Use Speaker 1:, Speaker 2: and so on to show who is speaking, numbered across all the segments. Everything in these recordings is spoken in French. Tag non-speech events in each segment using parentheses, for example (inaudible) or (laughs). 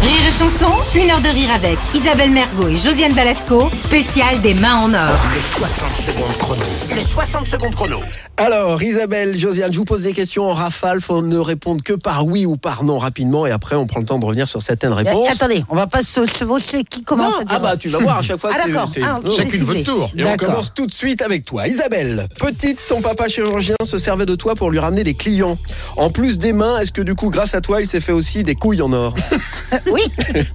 Speaker 1: Rire et chanson, une heure de rire avec Isabelle Mergot et Josiane Balasco, spécial des mains en or.
Speaker 2: Les 60 secondes chrono. Les 60 secondes chrono.
Speaker 3: Alors, Isabelle, Josiane, je vous pose des questions en rafale. Faut ne répondre que par oui ou par non rapidement. Et après, on prend le temps de revenir sur certaines
Speaker 4: Mais
Speaker 3: réponses.
Speaker 4: Attendez, on va pas se chevaucher qui
Speaker 3: Non,
Speaker 4: commence. à
Speaker 3: ah bah tu vas voir à chaque fois.
Speaker 4: Ah
Speaker 3: c'est-
Speaker 4: d'accord,
Speaker 3: c'est-
Speaker 4: ah, ok,
Speaker 3: non,
Speaker 4: j'ai
Speaker 3: chacune
Speaker 4: ciblé.
Speaker 3: votre tour. Et on
Speaker 4: D'accord.
Speaker 3: commence tout de suite avec toi, Isabelle. Petite, ton papa chirurgien se servait de toi pour lui ramener des clients. En plus des mains, est-ce que du coup, grâce à toi, il s'est fait aussi des couilles en or
Speaker 4: (laughs) Oui,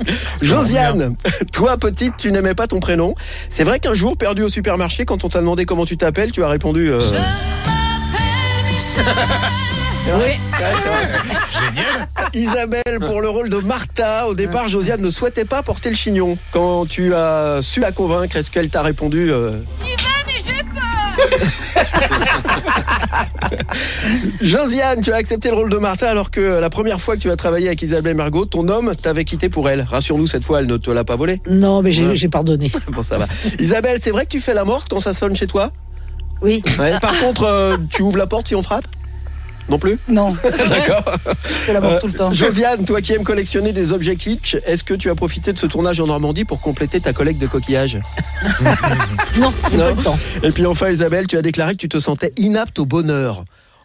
Speaker 3: (laughs) Josiane, toi petite, tu n'aimais pas ton prénom. C'est vrai qu'un jour, perdu au supermarché, quand on t'a demandé comment tu t'appelles, tu as répondu. euh, C'est vrai, c'est
Speaker 4: (laughs)
Speaker 3: vrai. Isabelle, pour le rôle de Martha, au départ, Josiane ne souhaitait pas porter le chignon. Quand tu as su la convaincre, est-ce qu'elle t'a répondu euh, (laughs) Josiane, tu as accepté le rôle de Martha alors que la première fois que tu as travaillé avec Isabelle Margot, ton homme t'avait quitté pour elle. Rassure-nous, cette fois, elle ne te l'a pas volé.
Speaker 5: Non, mais j'ai j'ai pardonné.
Speaker 3: (laughs) Bon, ça va. Isabelle, c'est vrai que tu fais la morte quand ça sonne chez toi
Speaker 4: oui,
Speaker 3: Ouais, Par contre, euh, tu ouvres la porte si on frappe Non plus (laughs)
Speaker 4: non,
Speaker 3: D'accord.
Speaker 4: je la mort tout le temps.
Speaker 3: Euh, Josiane, toi qui aimes collectionner des objets kitsch, est-ce que tu as profité de ce tournage en Normandie pour compléter ta collecte de coquillages
Speaker 5: (laughs) Non, j'ai
Speaker 3: Non.
Speaker 5: pas le temps.
Speaker 3: Et puis enfin, Isabelle, tu as déclaré que tu te sentais inapte au bonheur.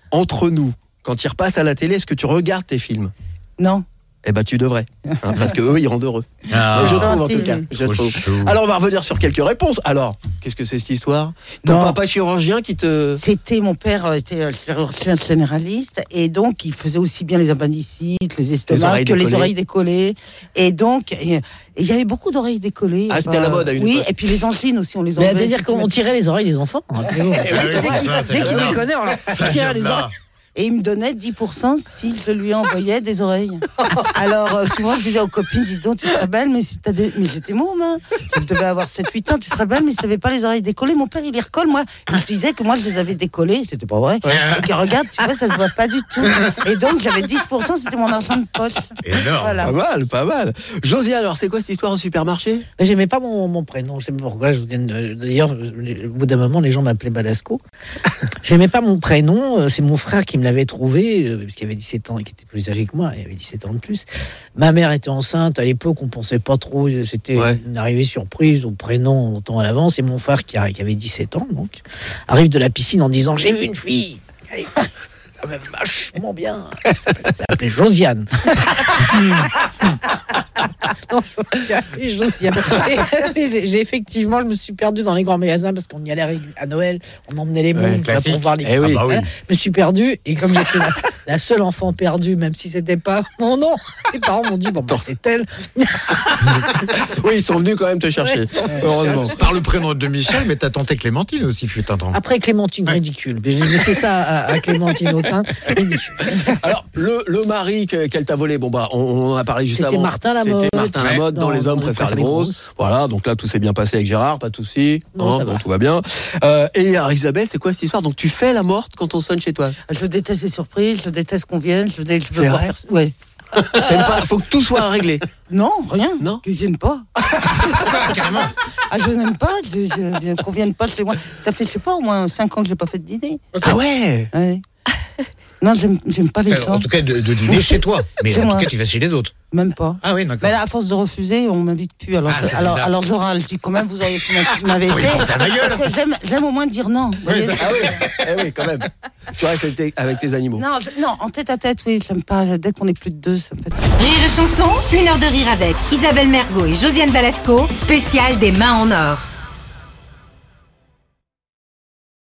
Speaker 3: Entre nous, quand ils repassent à la télé, est-ce que tu regardes tes films
Speaker 4: Non,
Speaker 3: eh ben tu devrais, hein, parce que eux ils rendent heureux. je trouve en tout cas. je
Speaker 6: Ah. Trop
Speaker 3: trouve.
Speaker 6: chou.
Speaker 3: Alors on va revenir sur quelques réponses. Alors qu'est-ce que c'est cette histoire Ton
Speaker 4: Non.
Speaker 3: papa chirurgien qui te
Speaker 4: c'était mon père euh, était euh, chirurgien généraliste et donc il faisait aussi bien les appendicites, les
Speaker 3: Les
Speaker 4: estomacs
Speaker 3: oreilles
Speaker 4: que les
Speaker 3: décollées.
Speaker 4: oreilles décollées. Et donc et- et il y avait beaucoup d'oreilles décollées. Bah,
Speaker 3: Ah, c'était à la mode à une
Speaker 4: Oui,
Speaker 3: époque.
Speaker 4: et puis les angines aussi, on les
Speaker 5: Mais
Speaker 4: enlevait.
Speaker 5: C'est-à-dire qu'on
Speaker 4: systématiquement.
Speaker 5: tirait les oreilles des enfants. hein.
Speaker 3: (laughs) Eh
Speaker 5: rappelez-vous. Dès qu'ils déconnaient, on leur tirait les oreilles.
Speaker 4: Et il me donnait 10% si je lui envoyais des oreilles. Alors, euh, souvent, je disais aux copines, dis donc, tu serais belle, mais si t'as des... Mais j'étais môme, hein. Je devais avoir 7-8 ans, tu serais belle, mais si t'avais pas les oreilles décollées, mon père, il les recolle, moi. Et je disais que moi, je les avais décollées, c'était pas vrai. Et que, regarde, tu vois, ça se voit pas du tout. Et donc, j'avais 10%, c'était mon argent de poche.
Speaker 6: Énorme. Ah
Speaker 4: Voilà.
Speaker 3: Pas mal, pas mal. Josiane, alors c'est quoi cette histoire au supermarché
Speaker 5: Mais J'aimais pas mon, mon prénom, je sais pas pourquoi. je vous dis, euh, D'ailleurs, euh, au bout d'un moment, les gens m'appelaient (laughs) Balasco. J'aimais pas mon prénom, euh, c'est mon frère qui me l'avait trouvé, euh, parce qu'il avait 17 ans et qui était plus âgé que moi, il avait 17 ans de plus. Ma mère était enceinte, à l'époque, on pensait pas trop, euh, c'était
Speaker 3: Ouais.
Speaker 5: une arrivée surprise au prénom longtemps à l'avance, et mon frère qui, a- qui avait 17 ans, donc, arrive de la piscine en disant J'ai vu une fille Elle est elle est Ah, vachement bien. Elle s'appelle- elle s'appelait Josiane. (laughs) Non, j'ai appelé Josiane. (laughs) Et- et j'ai- j'ai effectivement, je me suis perdue dans les grands magasins parce qu'on y allait régu- à Noël, on emmenait les
Speaker 3: Ouais,
Speaker 5: mômes tu vois,
Speaker 6: classique.
Speaker 5: pour voir les.
Speaker 3: Eh oui.
Speaker 5: Ah
Speaker 6: Ah bah oui.
Speaker 5: Je me suis perdue et comme j'étais la, la seule enfant perdue, même si c'était pas mon nom, les parents m'ont dit bon, bah, c'est elle.
Speaker 3: Oui, ils sont venus quand même te chercher. Heureusement.
Speaker 6: Par le prénom de Michel, mais t'as tenté Clémentine aussi, fut un temps.
Speaker 5: Après Clémentine, ridicule. Mais J'ai laissé ça à, à
Speaker 4: (laughs)
Speaker 5: Clémentine Autain, ridicule.
Speaker 3: Alors, le, le mari que- qu'elle t'a volé, bon bah, on, on en a parlé juste
Speaker 5: C'était
Speaker 3: avant.
Speaker 5: Martin Lamotte.
Speaker 3: C'était Martin
Speaker 5: Ouais.
Speaker 3: Lamotte, dans,
Speaker 5: Dans-
Speaker 3: Les hommes
Speaker 5: dans
Speaker 3: préfèrent les grosses. Voilà, donc là, tout s'est bien passé avec Gérard, pas de soucis.
Speaker 5: Non, ça va.
Speaker 3: donc tout va bien. Euh, et alors, Isabelle, c'est quoi cette histoire Donc, tu fais la morte quand on sonne chez toi
Speaker 4: Je déteste les surprises, je déteste qu'on vienne, je, dé- je veux
Speaker 3: C'est
Speaker 4: voir
Speaker 3: vrai
Speaker 4: personne. Ouais.
Speaker 3: T'aimes pas Faut que tout soit réglé.
Speaker 4: Non, rien.
Speaker 3: Non.
Speaker 4: Qu'ils viennent pas.
Speaker 6: (laughs) Carrément.
Speaker 4: Ah, je n'aime pas je, je, qu'on vienne pas chez moi. Ça fait, je sais pas, au moins 5 ans que j'ai pas fait de dîner.
Speaker 3: Ah ouais
Speaker 4: Ouais. Non, j'aime j'aime pas les
Speaker 6: Enfin,
Speaker 4: gens.
Speaker 6: Euh, en tout cas, de, de dîner chez toi. Mais
Speaker 4: Chez
Speaker 6: en
Speaker 4: moi.
Speaker 6: tout cas, tu vas chez les autres.
Speaker 4: Même pas.
Speaker 6: Ah oui,
Speaker 4: Mais
Speaker 6: d'accord.
Speaker 4: là, à force de refuser, on m'invite plus. Alors,
Speaker 6: Ah,
Speaker 4: je-
Speaker 6: c'est Ah
Speaker 4: alors,
Speaker 6: bizarre.
Speaker 4: alors je râle. Je dis quand même, vous auriez pu m'inviter.
Speaker 6: T'aurais pensé à ma gueule.
Speaker 4: Parce que j'aime- j'aime au moins dire non. vous voyez.
Speaker 3: Ah oui, eh oui, quand même. Tu restes avec tes- avec tes animaux.
Speaker 4: Non, je- non, en tête à tête, oui, j'aime pas. Dès qu'on est plus de deux, ça me fait.
Speaker 1: Rire et chanson, une heure de rire avec Isabelle Mergot et Josiane Balasco, spécial des mains en or.